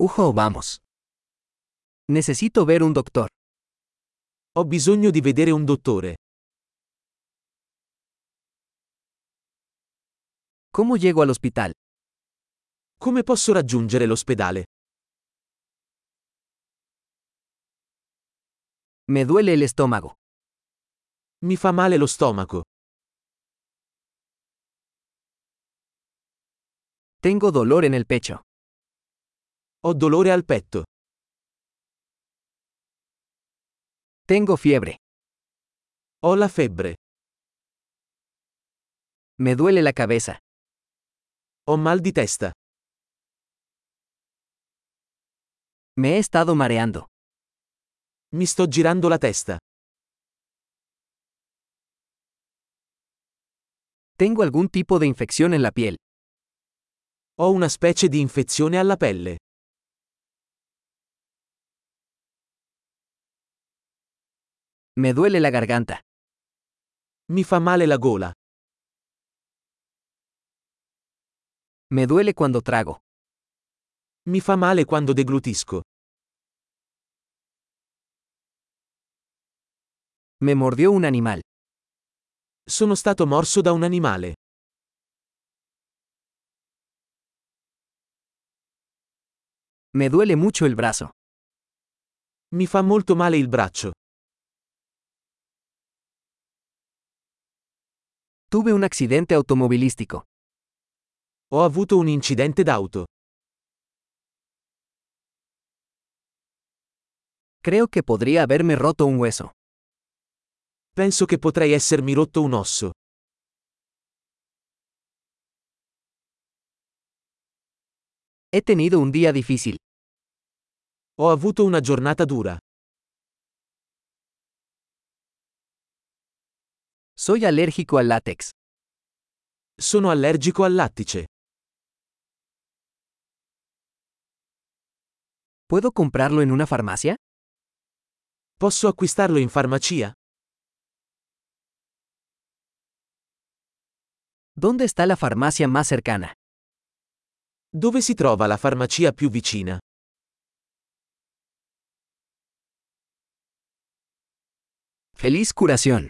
Ujo, vamos. Necesito ver un doctor. Ho bisogno di vedere un dottore. ¿Cómo llego al hospital? Come posso raggiungere l'ospedale? Me duele el estómago. Mi fa male lo stomaco. Tengo dolor en el pecho. Ho dolore al petto. Tengo fiebre. Ho la febbre. Me duele la cabeza. Ho mal di testa. Me he estado mareando. Mi sto girando la testa. Tengo algún tipo de infección en la piel. Ho una specie di infezione alla pelle. Me duele la garganta. Mi fa male la gola. Me duele cuando trago. Mi fa male quando deglutisco. Me mordió un animal. Sono stato morso da un animale. Me duele mucho el brazo. Mi fa molto male il braccio. Tuve un accidente automovilístico. Ho avuto un incidente d'auto. Creo que podría haberme roto un hueso. Penso che potrei essermi rotto un osso. He tenido un día difícil. Ho avuto una giornata dura. Soy alérgico al látex. Sono allergico al lattice. ¿Puedo comprarlo en una farmacia? Posso acquistarlo in farmacia? ¿Dónde está la farmacia más cercana? Dove si trova la farmacia più vicina? ¡Feliz curación!